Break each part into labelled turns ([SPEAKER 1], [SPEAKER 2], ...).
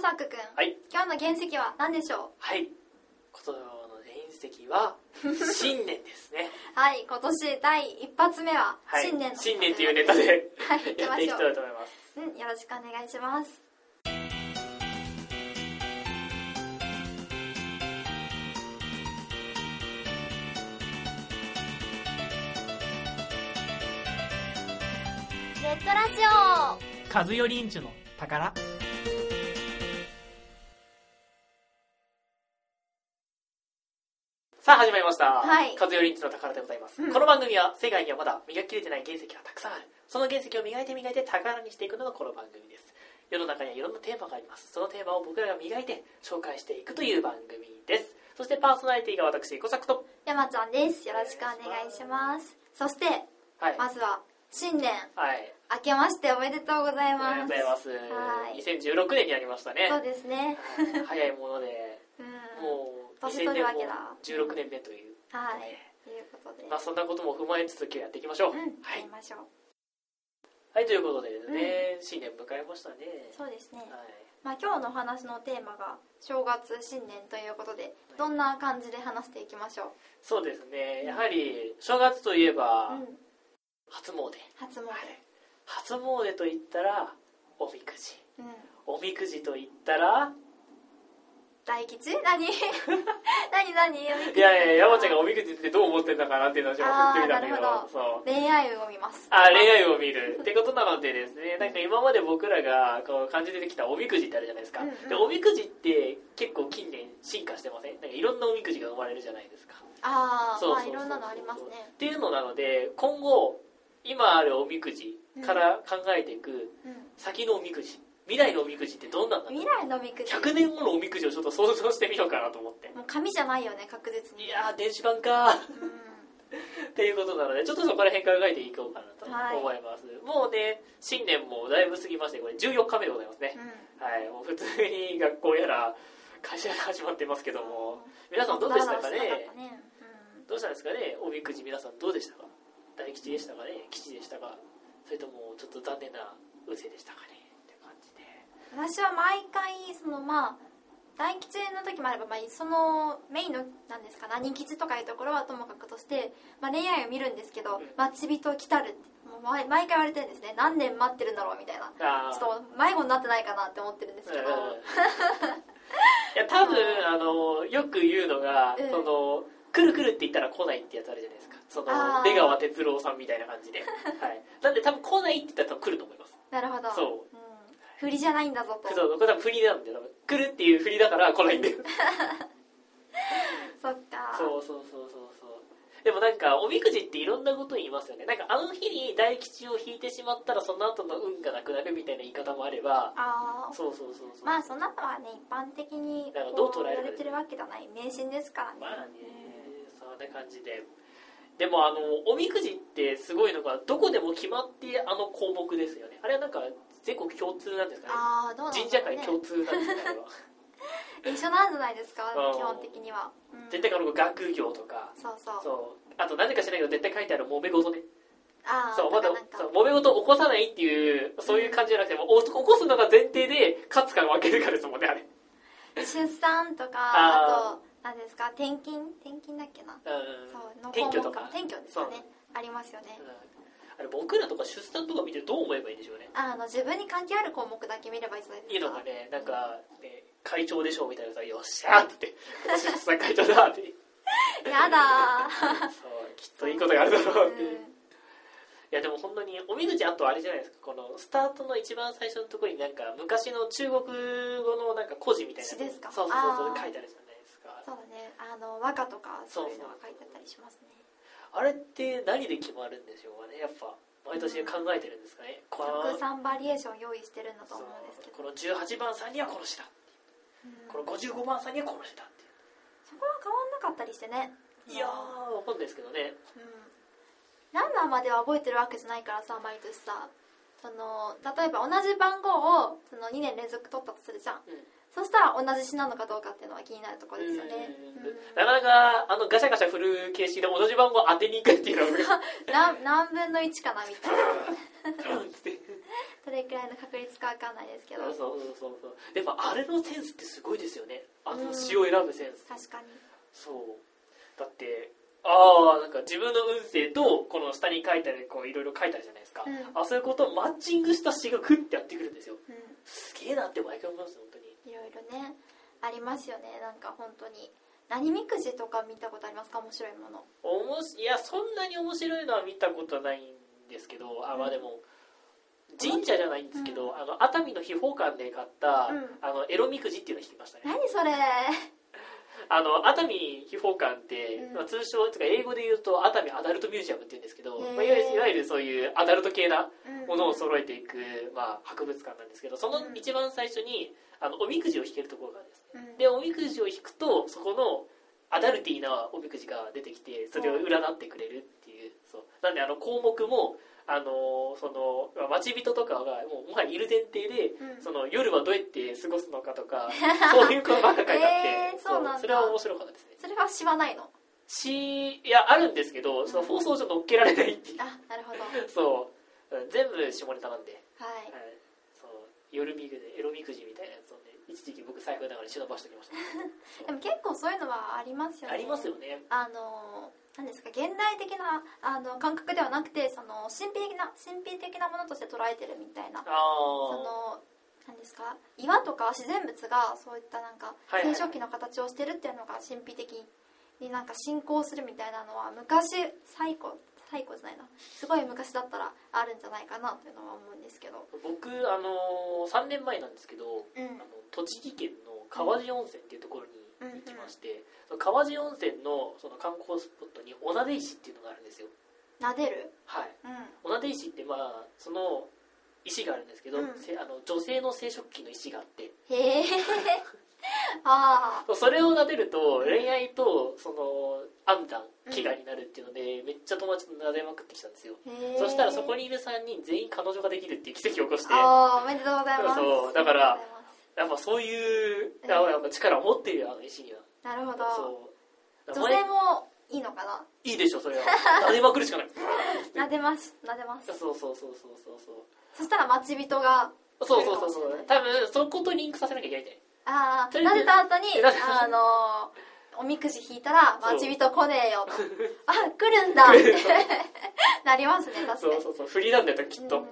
[SPEAKER 1] サーク君、
[SPEAKER 2] はい
[SPEAKER 1] 今日の原石は何でしょ
[SPEAKER 2] はい今年の原 石は新年ですね
[SPEAKER 1] うはい今年第一発目は
[SPEAKER 2] はい
[SPEAKER 1] 新年の
[SPEAKER 2] 新年というネタで
[SPEAKER 1] はい行き
[SPEAKER 2] やっ
[SPEAKER 1] ま
[SPEAKER 2] てい
[SPEAKER 1] し
[SPEAKER 2] き
[SPEAKER 1] ょ
[SPEAKER 2] た
[SPEAKER 1] う
[SPEAKER 2] いと思います
[SPEAKER 1] うんよろしくお願いしますネットラジオ
[SPEAKER 2] カズヨリンチュの宝さあ始まりました、
[SPEAKER 1] はい
[SPEAKER 2] カズヨリンチュの宝でございます、
[SPEAKER 1] うん
[SPEAKER 2] この番組は世界にはまだ磨ききれてない原石がたくさんあるその原石を磨いて磨いて宝にしていくのがこの番組です世の中にはいろんなテーマがありますそのテーマを僕らが磨いて紹介していくという番組ですそしてパーソナリティが私小作と
[SPEAKER 1] 山ちゃんですよろしくお願いしますそして
[SPEAKER 2] はい、
[SPEAKER 1] まずは新年
[SPEAKER 2] はい、
[SPEAKER 1] 明けましておめでとうござい
[SPEAKER 2] ありが
[SPEAKER 1] ます
[SPEAKER 2] とうございます
[SPEAKER 1] はい
[SPEAKER 2] 2016年になりましたね
[SPEAKER 1] そうですね
[SPEAKER 2] 早いもので
[SPEAKER 1] うん
[SPEAKER 2] もう
[SPEAKER 1] 年取るわけだ
[SPEAKER 2] 2016年目という、
[SPEAKER 1] はいということで
[SPEAKER 2] まあ、そんなことも踏まえつつ今日やっていきましょう、
[SPEAKER 1] うん
[SPEAKER 2] は
[SPEAKER 1] やり、
[SPEAKER 2] い
[SPEAKER 1] ましょう
[SPEAKER 2] はい、ということでですね、新年迎えましたね
[SPEAKER 1] そうですね
[SPEAKER 2] はい、
[SPEAKER 1] まあ今日のお話のテーマが正月新年ということでどんな感じで話していきましょう
[SPEAKER 2] そうですねやはり正月といえ
[SPEAKER 1] う
[SPEAKER 2] ば
[SPEAKER 1] ん
[SPEAKER 2] 初詣、
[SPEAKER 1] 初詣
[SPEAKER 2] はい初詣といったらおみくじ
[SPEAKER 1] うん
[SPEAKER 2] おみくじといったら
[SPEAKER 1] 大吉何 何何
[SPEAKER 2] いやいや山ちゃんがおみくじってどう思ってんだかなっていうのを私も振ってみたんだけど
[SPEAKER 1] あーなるほど
[SPEAKER 2] そう
[SPEAKER 1] 恋愛を見ます
[SPEAKER 2] あ恋愛を見るってことなのでですねなんか今まで僕らがこう感じてきたおみくじってあるじゃないですか、
[SPEAKER 1] うんうん
[SPEAKER 2] でおみくじって結構近年進化してませんなんかいろんなおみくじが生まれるじゃないですかっ
[SPEAKER 1] ああ
[SPEAKER 2] そう
[SPEAKER 1] まあ
[SPEAKER 2] そうそう
[SPEAKER 1] いろんなのありますね
[SPEAKER 2] ていうのなので今後今あるおみくじから考えていく
[SPEAKER 1] うん
[SPEAKER 2] 先のおみくじ未来のおみくじってどんなんだろう
[SPEAKER 1] 未来のみくじ
[SPEAKER 2] 100年後のおみくじをちょっと想像してみようかなと思って
[SPEAKER 1] もう紙じゃないよね確実に
[SPEAKER 2] いやー電子版かー
[SPEAKER 1] う
[SPEAKER 2] っていうことなのでちょっとそこら辺考えていこうかなと思います、もうね新年もだいぶ過ぎましてこれ14日目でございますね、
[SPEAKER 1] んうん
[SPEAKER 2] はい、もう普通に学校やら会社やら始まってますけども皆さんどうでしたかね
[SPEAKER 1] ダラダラしてなかったねうん
[SPEAKER 2] どうしたんですかねおみくじ皆さんどうでしたか大吉でしたかね吉でしたかそれともちょっと残念な運勢でしたかねって感じで
[SPEAKER 1] 私は毎回そのまあ大吉の時もあれば、まあ、そのメインのなんですか何吉とかいうところはともかくとして、まあ、恋愛を見るんですけ
[SPEAKER 2] う
[SPEAKER 1] ど
[SPEAKER 2] ん
[SPEAKER 1] 「待ち人来たる」ってもう毎毎回言われてるんですね何年待ってるんだろうみたいな
[SPEAKER 2] あ
[SPEAKER 1] ちょっと迷子になってないかなって思ってるんです
[SPEAKER 2] うん
[SPEAKER 1] けど、
[SPEAKER 2] いや多分あのよく言うのが、
[SPEAKER 1] うん
[SPEAKER 2] そのくるくるって言ったら来ないってやつあるじゃないですかそ
[SPEAKER 1] あ
[SPEAKER 2] の
[SPEAKER 1] ー
[SPEAKER 2] 出川哲朗さんみたいな感じで、はい、なんで多分来ないって言ったら多分来ると思います
[SPEAKER 1] なるほど
[SPEAKER 2] そ
[SPEAKER 1] うん、振りじゃないんだぞと
[SPEAKER 2] そうこれ多分振りなんで多分来るっていう振りだから来ないんだよ
[SPEAKER 1] そっか
[SPEAKER 2] そうそうそうそうそうでもなんかおみくじっていろんなこと言いますよねなんかあの日に大吉を引いてしまったらその後の運がなくなるみたいな言い方もあれば
[SPEAKER 1] ああ
[SPEAKER 2] そうそうそうそう
[SPEAKER 1] まあその後はね一般的に
[SPEAKER 2] だからどう
[SPEAKER 1] こ
[SPEAKER 2] 捉えるか
[SPEAKER 1] 言われてるわけじゃない迷信ですからね,、
[SPEAKER 2] まあねそんな感じででもあのおみくじってすごいのがどこでも決まってあの項目ですよねあれはなんか全国共通なんですかね
[SPEAKER 1] ああどうなんだろう、ね、
[SPEAKER 2] 神社会共通なんですかねあ れは
[SPEAKER 1] 一緒なんじゃないですか
[SPEAKER 2] うん
[SPEAKER 1] 基本的には、うん
[SPEAKER 2] 絶対この学業とか
[SPEAKER 1] そうそう
[SPEAKER 2] そうあとなぜか知らないけど絶対書いてある揉め事ね
[SPEAKER 1] ああ
[SPEAKER 2] そうまだ
[SPEAKER 1] なんか
[SPEAKER 2] そう揉め事を起こさないっていうそういう感じじゃなくてもうお起こすのが前提で勝つか負けるかですもんねあれ
[SPEAKER 1] 出産とか
[SPEAKER 2] あー
[SPEAKER 1] あと何ですか転勤転勤だっけな、
[SPEAKER 2] うん
[SPEAKER 1] そうの
[SPEAKER 2] 転居と
[SPEAKER 1] 項目
[SPEAKER 2] か
[SPEAKER 1] 転居ですかねありますよね、
[SPEAKER 2] うんあれ僕らとか出産とか見てどう思えばいいんでしょうね
[SPEAKER 1] あの自分に関係ある項目だけ見ればいいじゃないですか
[SPEAKER 2] いいのがねなんか、ね、会長でしょうみたいなさよっしゃ ーって今年出産会長だって
[SPEAKER 1] やだー
[SPEAKER 2] そうきっといいことがあるだろうっていううんいやでも本当におみくじあとあれじゃないですかこのスタートの一番最初のところになんか昔の中国語のなんか故事みたいな
[SPEAKER 1] 詩ですか
[SPEAKER 2] そうそ
[SPEAKER 1] あ
[SPEAKER 2] うそう
[SPEAKER 1] ー
[SPEAKER 2] 書いてあるじゃないですか
[SPEAKER 1] そうだねあの和歌とかそういうのが書いてあったりしますね
[SPEAKER 2] あれって何で決まるんでしょうかねやっぱ毎年考えてるんですかね、こ
[SPEAKER 1] た
[SPEAKER 2] の
[SPEAKER 1] くさんバリエーション用意してるんだと思うんですけど、
[SPEAKER 2] この18番さんにはこの詩だ
[SPEAKER 1] うん
[SPEAKER 2] この55番さんにはこの詩だっ
[SPEAKER 1] そこは変わんなかったりしてね
[SPEAKER 2] ていういやーわかんないですけどね
[SPEAKER 1] ランナーまでは覚えてるわけじゃないからさ毎年さその例えば同じ番号をその2年連続取ったとするじゃん、
[SPEAKER 2] うん
[SPEAKER 1] そしたら同じ詩なのかどうかっていうのは気になるところですよね、
[SPEAKER 2] うん
[SPEAKER 1] うん
[SPEAKER 2] なかなかあのガシャガシャ振る形式で同 じ番号当てに行くっていうのが
[SPEAKER 1] な何分の1かなみたいな
[SPEAKER 2] ドンって
[SPEAKER 1] どれくらいの確率かわかんないですけど
[SPEAKER 2] そうそうそうそうでもあれのセンスってすごいですよねあ
[SPEAKER 1] う
[SPEAKER 2] の
[SPEAKER 1] ん
[SPEAKER 2] 詩を選ぶセンス
[SPEAKER 1] 確かに
[SPEAKER 2] そうだってああなんか自分の運勢とこの下に書いてあるこういろいろ書いてあるじゃないですか、
[SPEAKER 1] うん
[SPEAKER 2] あそういうことをマッチングした詩がクッてやってくるんですよ
[SPEAKER 1] うん
[SPEAKER 2] すげえなって毎回思います本当に
[SPEAKER 1] いろいろねありますよねなんか本当に何みくじとか見たことありますか面白いもの
[SPEAKER 2] おもしいやそんなに面白いのは見たことないんですけどあまあでも神社じゃないんですけど、あの熱海の秘宝館で買った、
[SPEAKER 1] うん
[SPEAKER 2] あのエロみくじっていうのを引きましたね
[SPEAKER 1] 何それ
[SPEAKER 2] あの熱海秘宝館って、
[SPEAKER 1] うん
[SPEAKER 2] まあ、通称とか英語で言うと熱海アダルトミュージアムって言うんですけど、
[SPEAKER 1] へー
[SPEAKER 2] まあ、いわゆるいわゆるそういうアダルト系な
[SPEAKER 1] うん
[SPEAKER 2] ものを揃えていく、まあ、博物館なんですけどその
[SPEAKER 1] うん
[SPEAKER 2] 一番最初にあのおみくじを引けるところがあるんです
[SPEAKER 1] うん
[SPEAKER 2] でおみくじを引くとそこのアダルティーなおみくじが出てきてそれを占ってくれるっていうそうなんであの項目もあのそのまあ待ち人とかがもうもはやいる前提で
[SPEAKER 1] うん
[SPEAKER 2] その夜はどうやって過ごすのかと かそういうことばっか書いてあ
[SPEAKER 1] え
[SPEAKER 2] って、
[SPEAKER 1] ーそうなんだ
[SPEAKER 2] れは面白かったですね
[SPEAKER 1] それは知らないの
[SPEAKER 2] しいやあるんですけどその放送上乗っけられないっていう
[SPEAKER 1] あなるほどは
[SPEAKER 2] そううん全部下ネタなんで、
[SPEAKER 1] い
[SPEAKER 2] はい、そう夜みくじエロみくじみたいなやつをね一時期僕財布の中に忍ばしておきました
[SPEAKER 1] でも結構そういうのはありますよね
[SPEAKER 2] ありますよね
[SPEAKER 1] あの何ですか現代的なあの感覚ではなくてその神秘的な神秘的なものとして捉えてるみたいな
[SPEAKER 2] あ
[SPEAKER 1] そ
[SPEAKER 2] あ
[SPEAKER 1] の何ですか岩とか自然物がそういったなんか
[SPEAKER 2] はいはい
[SPEAKER 1] 青少期の形をしてるっていうのが神秘的になんか進行するみたいなのは昔最古最古じゃないなすごい昔だったらあるんじゃないかなというのは思うんですけど
[SPEAKER 2] 僕あの3年前なんですけど
[SPEAKER 1] うん
[SPEAKER 2] あの栃木県の川治温泉っていうところに行きまして、その川治温泉のその観光スポットに小名出石っていうのがあるんですよ
[SPEAKER 1] 撫でる
[SPEAKER 2] はい
[SPEAKER 1] うん
[SPEAKER 2] 小名出石ってまあその石があるんですけど、
[SPEAKER 1] うん
[SPEAKER 2] せあの女性の生殖器の石があって
[SPEAKER 1] へえ ああ
[SPEAKER 2] それを撫でると恋愛とその安産祈願になるっていうので、めっちゃ友達と撫でまくってきたんですよ、
[SPEAKER 1] へえ
[SPEAKER 2] そしたらそこにいる3人全員彼女ができるっていう奇跡を起こして
[SPEAKER 1] ああおめでとうございます
[SPEAKER 2] そうだから
[SPEAKER 1] おめでとうございます
[SPEAKER 2] やっぱそういう
[SPEAKER 1] うん
[SPEAKER 2] やっぱ力を持ってるよあの石には
[SPEAKER 1] なるほど
[SPEAKER 2] そう
[SPEAKER 1] 女性もいいのか
[SPEAKER 2] いいでしょそれは撫でまくるしかない
[SPEAKER 1] な撫でます撫でます
[SPEAKER 2] そうそうそうそうそうそ
[SPEAKER 1] そしたら待ち人が
[SPEAKER 2] うそうそうそうそう多分そことリンクさせなきゃいけないんじゃない
[SPEAKER 1] ああ
[SPEAKER 2] と
[SPEAKER 1] 撫
[SPEAKER 2] りあえず
[SPEAKER 1] でた 後に
[SPEAKER 2] 撫でた
[SPEAKER 1] あのおみくじ引いたら
[SPEAKER 2] そう
[SPEAKER 1] 待ち人来ねえ よとあ来るんだって なりますね確かに
[SPEAKER 2] そうそうそう振りなんだよきっ
[SPEAKER 1] う
[SPEAKER 2] と、
[SPEAKER 1] ん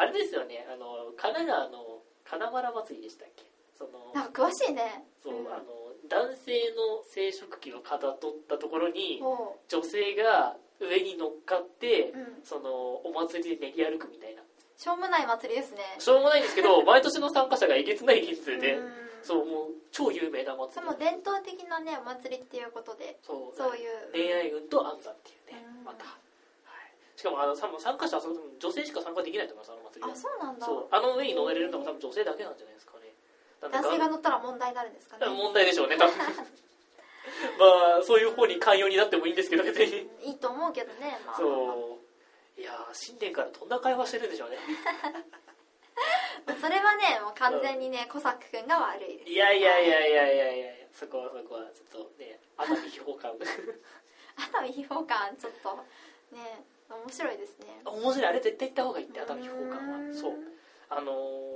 [SPEAKER 2] あれですよねあの神奈川の金原祭りでしたっけその
[SPEAKER 1] なんか詳しいね
[SPEAKER 2] そう、
[SPEAKER 1] ん
[SPEAKER 2] あの男性の生殖器をかたどったところに
[SPEAKER 1] ほ
[SPEAKER 2] 女性が上に乗っかって、
[SPEAKER 1] ううん
[SPEAKER 2] そのお祭りで練り歩くみたいな
[SPEAKER 1] しょうもない祭りですね
[SPEAKER 2] しょうもないんです けど毎年の参加者がえげつない人数で、
[SPEAKER 1] うん
[SPEAKER 2] そうもう超有名な
[SPEAKER 1] そ
[SPEAKER 2] 祭
[SPEAKER 1] れ
[SPEAKER 2] り
[SPEAKER 1] も伝統的なねお祭りっていうことで
[SPEAKER 2] そう
[SPEAKER 1] そういう
[SPEAKER 2] 恋愛運と安産っていうね
[SPEAKER 1] うん
[SPEAKER 2] また、はい、しかもあの多分参加者はその女性しか参加できないと思いますあの祭り
[SPEAKER 1] あ
[SPEAKER 2] は
[SPEAKER 1] そうなんだ
[SPEAKER 2] そうあの上に乗れるのも多分女性だけなんじゃないですかねなんで
[SPEAKER 1] 男性が乗ったら問題になるんですかね
[SPEAKER 2] 問題でしょうね多分 まあそういう方に寛容になってもいいんですけど別に
[SPEAKER 1] うんいいと思うけどねまあ
[SPEAKER 2] そういやー新年からどんな会話してるんでしょうね
[SPEAKER 1] それはねもう完全にね小作くんが悪いです
[SPEAKER 2] いやいやいやいやいやいやそこはそこはちょっとね熱海秘宝館
[SPEAKER 1] 熱海秘宝館ちょっとね面白いですね
[SPEAKER 2] 面白いあれ絶対行った方がいいって熱海秘宝館
[SPEAKER 1] うー
[SPEAKER 2] は
[SPEAKER 1] ん
[SPEAKER 2] そうあのー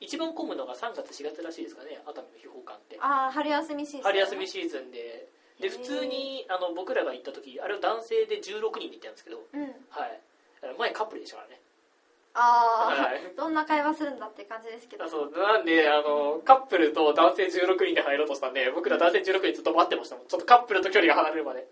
[SPEAKER 2] 一番混むのが3月4月らしいですかね熱海の秘宝館って
[SPEAKER 1] ああ春休みシーズン
[SPEAKER 2] 春休みシーズンでで
[SPEAKER 1] へー
[SPEAKER 2] 普通にあの僕らが行った時あれは男性で16人で行ったんですけど
[SPEAKER 1] うん
[SPEAKER 2] はい前カップルでしたからね
[SPEAKER 1] あ
[SPEAKER 2] はい
[SPEAKER 1] あどんな会話するんだって感じですけど
[SPEAKER 2] あそうなんであのカップルと男性16人で入ろうとしたんで僕ら男性16人ずっと待ってましたもんちょっとカップルと距離が離れるまで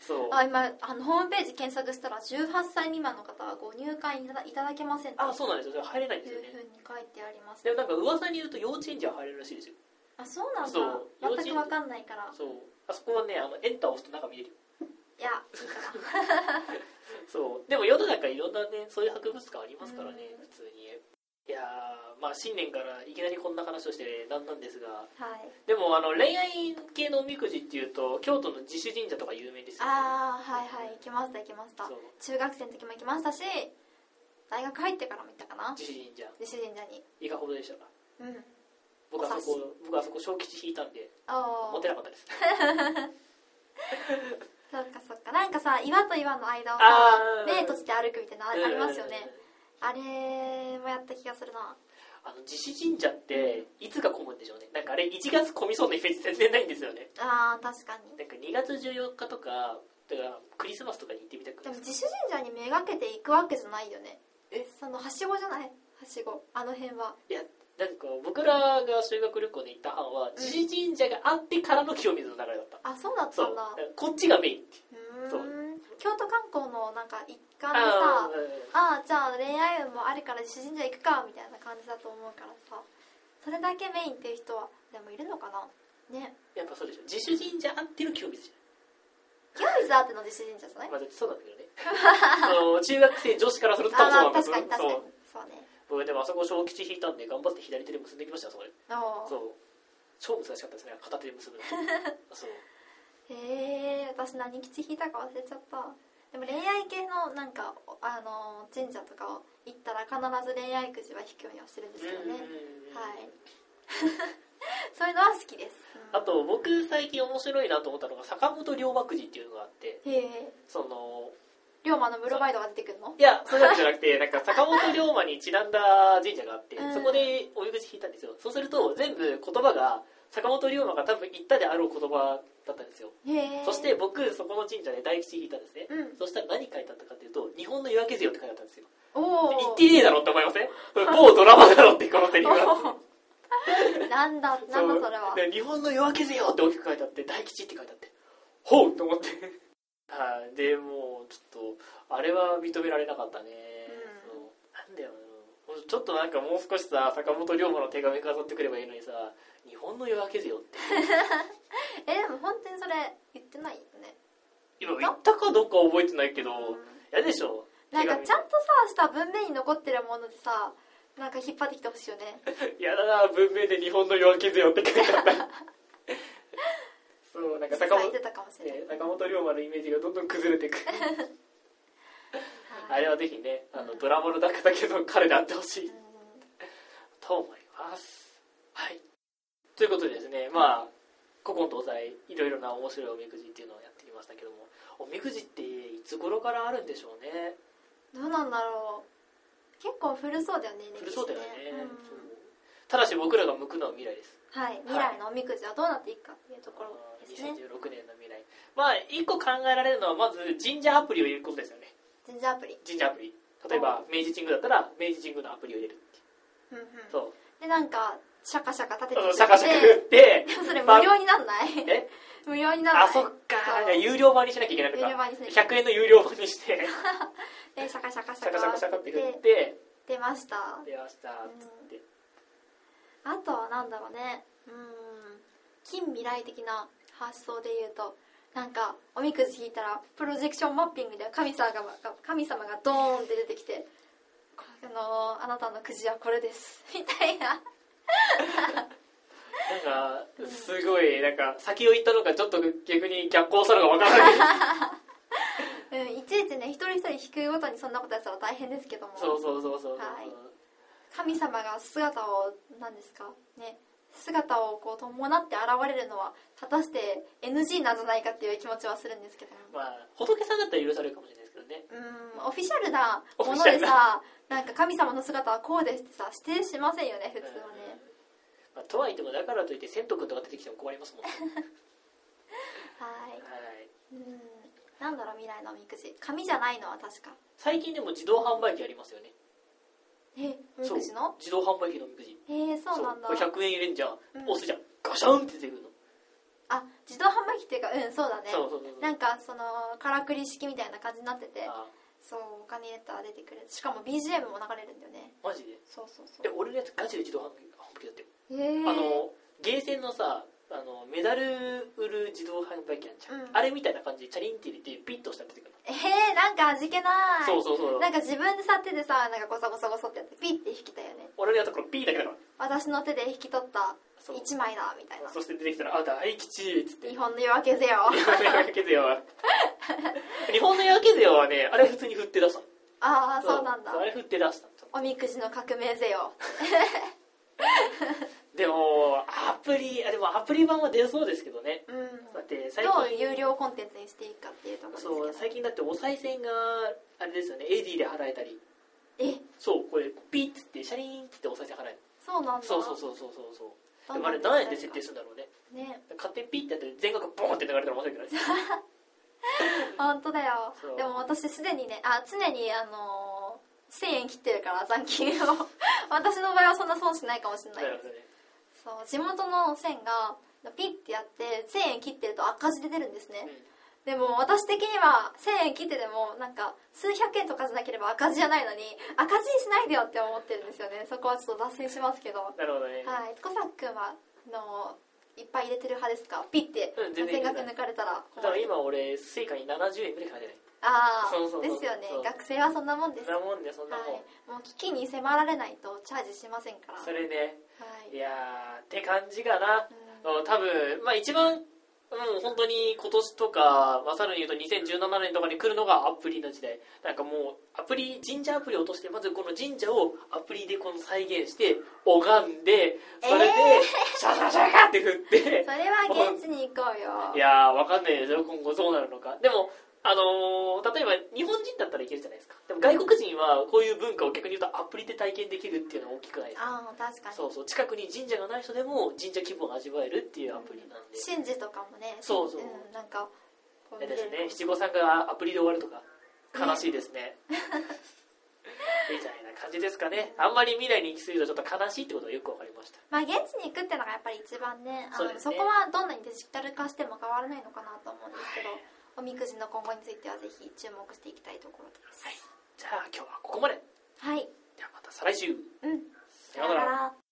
[SPEAKER 2] そう
[SPEAKER 1] あ今あのホームページ検索したら18歳未満の方はご入会いただいただけません
[SPEAKER 2] あ
[SPEAKER 1] と
[SPEAKER 2] そうなんですよ入れないんです
[SPEAKER 1] いう
[SPEAKER 2] よ
[SPEAKER 1] ふう
[SPEAKER 2] ね
[SPEAKER 1] に書いてあります
[SPEAKER 2] でもなんか噂に言うと幼稚園児は入れるらしいですよ
[SPEAKER 1] あそうなん
[SPEAKER 2] そう幼
[SPEAKER 1] だ
[SPEAKER 2] 稚園
[SPEAKER 1] 全く分かんないから
[SPEAKER 2] そうあそこはねあのエンターを押すと中見えるよ
[SPEAKER 1] いや
[SPEAKER 2] そうでも世の中いろんなねそういう博物館ありますからね
[SPEAKER 1] うん
[SPEAKER 2] 普通にいやーまあ新年からいきなりこんな話をしてなんなんですが
[SPEAKER 1] はい
[SPEAKER 2] でもあの恋愛系のおみくじっていうと京都の自主神社とか有名ですよね
[SPEAKER 1] ああはいはい行きました行きました
[SPEAKER 2] そう
[SPEAKER 1] 中学生の時も行きましたし大学入ってからも行ったかな
[SPEAKER 2] 自主神社
[SPEAKER 1] 自主神社に
[SPEAKER 2] いかほどでしたか
[SPEAKER 1] うん
[SPEAKER 2] 僕はそこ僕はそこ小吉引いたんで
[SPEAKER 1] あ
[SPEAKER 2] 持
[SPEAKER 1] あ
[SPEAKER 2] てなかったです
[SPEAKER 1] そっかそっかなんかさ岩と岩の間をさ
[SPEAKER 2] あー
[SPEAKER 1] 目閉じて歩くみたいなのあありますよねあれもやった気がするな
[SPEAKER 2] あの自主神社っていつが混むんでしょうねなんかあれ1月混みそうなイメージ全然ないんですよね
[SPEAKER 1] あー確かに
[SPEAKER 2] なんか2月14日とかだからクリスマスとかに行ってみたく
[SPEAKER 1] で
[SPEAKER 2] な
[SPEAKER 1] も
[SPEAKER 2] い
[SPEAKER 1] 自主神社にめがけていくわけじゃないよね
[SPEAKER 2] え
[SPEAKER 1] そのはしごじゃないはしごあの辺はい
[SPEAKER 2] やなんか僕らが修学旅行で行った班は
[SPEAKER 1] ん
[SPEAKER 2] 自主神社があってからの清水の流れだった
[SPEAKER 1] あそうだった
[SPEAKER 2] そうん
[SPEAKER 1] だ
[SPEAKER 2] だからこっちがメインって
[SPEAKER 1] うーん
[SPEAKER 2] そう
[SPEAKER 1] 京都観光のなんか一環で
[SPEAKER 2] あ
[SPEAKER 1] さ
[SPEAKER 2] ー
[SPEAKER 1] ああじゃあ恋愛運もあるから自主神社行くかみたいな感じだと思うからさそれだけメインっていう人はでもいるのかなね
[SPEAKER 2] やっぱそうでしょ自主神社あっての清水じ
[SPEAKER 1] 清水あっての自主神社じゃな
[SPEAKER 2] ゃ
[SPEAKER 1] い
[SPEAKER 2] ん、まあ、だってそうなんだけどね その中学生女子からすると多分
[SPEAKER 1] あ
[SPEAKER 2] そ
[SPEAKER 1] ま
[SPEAKER 2] うな
[SPEAKER 1] あ
[SPEAKER 2] んです
[SPEAKER 1] 確かに確かに
[SPEAKER 2] そう
[SPEAKER 1] そうね
[SPEAKER 2] 僕でもあそこ小吉引いたんで頑張って左手で結んできましたよそれ
[SPEAKER 1] おー
[SPEAKER 2] そう超難しかったですね片手で結 ぶのそう
[SPEAKER 1] へえ私何吉引いたか忘れちゃったでも恋愛系のなんかあの神社とかを行ったら必ず恋愛くじは引くようにはしてるんですけどね
[SPEAKER 2] うん
[SPEAKER 1] はいそういうのは好きです、うん
[SPEAKER 2] あと僕最近面白いなと思ったのが坂本龍馬くじっていうのがあって
[SPEAKER 1] へえ
[SPEAKER 2] その
[SPEAKER 1] 龍馬のブロマイドが出てくるの
[SPEAKER 2] いやそうなんじゃなくてなんか坂本龍馬にちなんだ神社があって
[SPEAKER 1] うん
[SPEAKER 2] そこでお湯口引いたんですよそうすると全部言葉が坂本龍馬が多分言ったであろう言葉だったんですよ
[SPEAKER 1] へえ
[SPEAKER 2] そして僕そこの神社で大吉引いたんですね
[SPEAKER 1] うん
[SPEAKER 2] そしたら何書いてあったかというと「日本の夜明けぜよ」って書いてあったんですよ
[SPEAKER 1] お
[SPEAKER 2] 言
[SPEAKER 1] お
[SPEAKER 2] ってねえだろって思いません これ某ドラマだろってこ のセリフが
[SPEAKER 1] なんだなんだそれ
[SPEAKER 2] う
[SPEAKER 1] は
[SPEAKER 2] で日本の夜明けぜよって大きく書いてあって大吉って書いてあってほうと思って はいでもうちょっとあれは認められなかったね、
[SPEAKER 1] うん
[SPEAKER 2] そうなんだよなちょっとなんかもう少しさ坂本龍馬の手紙飾ってくればいいのにさ日本の夜明けぜよって
[SPEAKER 1] えでも本当にそれ言ってないよね
[SPEAKER 2] 今言ったかどうかは覚えてないけど
[SPEAKER 1] うん
[SPEAKER 2] 嫌でしょ
[SPEAKER 1] なんか
[SPEAKER 2] 手紙
[SPEAKER 1] ちゃんとさした文面に残ってるものでさなんか引っ張ってきてほしいよね
[SPEAKER 2] やだな文明で日本の夜明けぜよって書いてあった そうなんか
[SPEAKER 1] 実
[SPEAKER 2] 坂
[SPEAKER 1] は
[SPEAKER 2] 本
[SPEAKER 1] 言ってたかもしれない
[SPEAKER 2] ね、坂本龍馬のイメージがどんどん崩れていくあ
[SPEAKER 1] はい
[SPEAKER 2] れはぜひね あのドラマの中だけの彼であってほしい
[SPEAKER 1] うん
[SPEAKER 2] と思いますはいということでですねまあ古今東西いろいろな面白いおみくじっていうのをやってきましたけどもおみくじっていつ頃からあるんでしょうね
[SPEAKER 1] どうなんだろう結構古そうだよね
[SPEAKER 2] 古そうだよね、
[SPEAKER 1] うん
[SPEAKER 2] そうただし僕らが向くのは未来です
[SPEAKER 1] はい未来のおみくじはどうなっていくかっていうところですね
[SPEAKER 2] 2016年の未来まあ一個考えられるのはまず神社アプリを入れることですよね
[SPEAKER 1] 神社アプリ
[SPEAKER 2] 神社アプリ例えば明治神宮だったら明治神宮のアプリを入れるってい
[SPEAKER 1] う
[SPEAKER 2] う
[SPEAKER 1] んうん
[SPEAKER 2] そう
[SPEAKER 1] でなんかシャカシャカ立ててく
[SPEAKER 2] そ
[SPEAKER 1] れ
[SPEAKER 2] の
[SPEAKER 1] て
[SPEAKER 2] シャカシャカ振って
[SPEAKER 1] でもそれ無料になんない
[SPEAKER 2] え
[SPEAKER 1] 無料になんない
[SPEAKER 2] あそっかいや有料版にしなきゃいけないの
[SPEAKER 1] 有料
[SPEAKER 2] か
[SPEAKER 1] 版にする
[SPEAKER 2] 100円の有料版にして
[SPEAKER 1] でシャカシャカシ
[SPEAKER 2] シャ
[SPEAKER 1] ャカ
[SPEAKER 2] カシャカシャカって振っ
[SPEAKER 1] で
[SPEAKER 2] て
[SPEAKER 1] 出ました
[SPEAKER 2] 出ましたっつって
[SPEAKER 1] あとはなんだろうねうん近未来的な発想で言うとなんかおみくじ引いたらプロジェクションマッピングで神様が神様がドーンって出てきて「こあのーあなたのくじはこれです」みたいな
[SPEAKER 2] なんかすごいなんか先を行ったのかちょっと逆に逆行したのかわからない
[SPEAKER 1] うん、いちいちね一人一人引くごとにそんなことやったら大変ですけども
[SPEAKER 2] そうそうそうそうそう
[SPEAKER 1] はい神様が姿を何ですかね姿をこう伴って現れるのは果たして NG なんじゃないかっていう気持ちはするんですけども
[SPEAKER 2] まあ仏さんだったら許されるかもしれないですけどね
[SPEAKER 1] うんオフィシャルなも
[SPEAKER 2] オフィ
[SPEAKER 1] の
[SPEAKER 2] シャル
[SPEAKER 1] でさなんか神様の姿はこうですってさ指定しませんよね普通はね
[SPEAKER 2] まあ、とはいってもだからといって千斗君とか出てきても困りますもんね
[SPEAKER 1] はい
[SPEAKER 2] はい
[SPEAKER 1] うんなんだろう未来のおみくじ紙じゃないのは確か
[SPEAKER 2] 最近でも自動販売機ありますよね
[SPEAKER 1] えおみくじの
[SPEAKER 2] 自動販売機のおみくじ
[SPEAKER 1] えー、そうなんだ
[SPEAKER 2] これ100円入れんじゃん、
[SPEAKER 1] うん
[SPEAKER 2] 押すじゃんガシャンって出てくるの、
[SPEAKER 1] あ自動販売機っていうかうんそうだね
[SPEAKER 2] そうそうそうそう
[SPEAKER 1] なんかそのからくり式みたいな感じになってて
[SPEAKER 2] あ
[SPEAKER 1] そうお金入れたら出てくるしかも BGM も流れるんだよね
[SPEAKER 2] マジで
[SPEAKER 1] そうそうそ
[SPEAKER 2] え
[SPEAKER 1] う
[SPEAKER 2] 俺のやつガチで自動販売機だってよ、
[SPEAKER 1] へえ
[SPEAKER 2] あのゲーセンのさあのメダル売る自動販売機あんじゃん、
[SPEAKER 1] うん
[SPEAKER 2] あれみたいな感じでチャリンって入れてピッと押したら出てくるの、
[SPEAKER 1] えー、なんか味気ない
[SPEAKER 2] そうそうそう
[SPEAKER 1] なんか自分でさ手でさなんかゴソゴソゴソってやってピッて引きたよね
[SPEAKER 2] 俺のやつはこれピーだけだから
[SPEAKER 1] 私の手で引き取った
[SPEAKER 2] そう
[SPEAKER 1] 一枚だみたいな
[SPEAKER 2] そして出てきたら「あ大吉」っつって
[SPEAKER 1] 日本の夜明けぜ よ
[SPEAKER 2] 日本の夜明け ぜよは日本の夜明けぜよはねあれ普通に振って出したの
[SPEAKER 1] ああそうなんだ
[SPEAKER 2] あれ振って出したの
[SPEAKER 1] おみくじの革命ぜよ
[SPEAKER 2] でもアプリあでもアプリ版は出そうですけどね
[SPEAKER 1] うん
[SPEAKER 2] だって最
[SPEAKER 1] どう
[SPEAKER 2] 近
[SPEAKER 1] 有料コンテンツにしていいかっていうところですけ
[SPEAKER 2] そう
[SPEAKER 1] ど
[SPEAKER 2] 最近だってお賽銭があれですよね AD で払えたり
[SPEAKER 1] え
[SPEAKER 2] そうこれピッつってシャリーンっつってお財布払える
[SPEAKER 1] そうなんだ
[SPEAKER 2] そうそうそうそうそうそうでもあれ何円で設定するんだろうね
[SPEAKER 1] ね
[SPEAKER 2] 勝手にピッてやって全額ボーンって流れたら面白いじゃないですか
[SPEAKER 1] 本当だよ
[SPEAKER 2] そう
[SPEAKER 1] でも私すでにねあ常にあのー、1000円切ってるから残金を 私の場合はそんな損しないかもしれない
[SPEAKER 2] なるほどね
[SPEAKER 1] そう地元の線がピッてやって1000円切ってると赤字で出るんですね、でも私的には1000円切ってでもなんか数百円とかじゃなければ赤字じゃないのに赤字にしないでよって思ってるんですよねそこはちょっと脱線しますけどは
[SPEAKER 2] なるほどね
[SPEAKER 1] い小作君はあのいっぱい入れてる派ですかピッて
[SPEAKER 2] うん全然
[SPEAKER 1] 全
[SPEAKER 2] 入れてな
[SPEAKER 1] 額
[SPEAKER 2] い
[SPEAKER 1] 抜かれたら
[SPEAKER 2] だから今俺スイカに70円ぐらいかけてない
[SPEAKER 1] ああ
[SPEAKER 2] そうそうそう
[SPEAKER 1] ですよね
[SPEAKER 2] そう
[SPEAKER 1] 学生はそんなもんです
[SPEAKER 2] そんなもんでそんな
[SPEAKER 1] は
[SPEAKER 2] もん
[SPEAKER 1] い、もう危機に迫られないとチャージしませんから
[SPEAKER 2] それね
[SPEAKER 1] はい
[SPEAKER 2] いやーって感じかな
[SPEAKER 1] うん
[SPEAKER 2] うん多分まあ一番うん、本当に今年とか、まあ、さらに言うと2017年とかに来るのがアプリの時代。なんかもう、アプリ、神社アプリを落として、まずこの神社をアプリでこの再現して、拝んで、それで
[SPEAKER 1] えー、
[SPEAKER 2] シャシャシャカって振って、
[SPEAKER 1] それは現地に行こうよ
[SPEAKER 2] いやー、わかんないですよ、今後どうなるのか。でも、あのー例えば日本人だったらいけるじゃないですか。でも外国人はこういう文化を逆に言うとアプリで体験できるっていうのは大きくないですか。
[SPEAKER 1] ああ確かに
[SPEAKER 2] そうそう、近くに神社がない人でも神社気分を味わえるっていうアプリなんで。
[SPEAKER 1] 神事とかもね
[SPEAKER 2] そうそう
[SPEAKER 1] うん、なんかこ
[SPEAKER 2] あ
[SPEAKER 1] う
[SPEAKER 2] れ
[SPEAKER 1] 見れ
[SPEAKER 2] です
[SPEAKER 1] る
[SPEAKER 2] ね、七五三がアプリで終わるとか、悲しいですね。みたいな感じですかね。あんまり未来に行き過ぎるとちょっと悲しいってことがよくわかりました。
[SPEAKER 1] まあ現地に行くってのがやっぱり一番ねあ
[SPEAKER 2] そう
[SPEAKER 1] の
[SPEAKER 2] です
[SPEAKER 1] そ
[SPEAKER 2] ね
[SPEAKER 1] こはどんなにデジタル化しても変わらないのかなと思うんですけど、
[SPEAKER 2] はい
[SPEAKER 1] おみくじの今後についてはぜひ注目していきたいところです
[SPEAKER 2] じゃあ今日はここまで。
[SPEAKER 1] はい、
[SPEAKER 2] ではまた再来週。
[SPEAKER 1] うん
[SPEAKER 2] さようなら。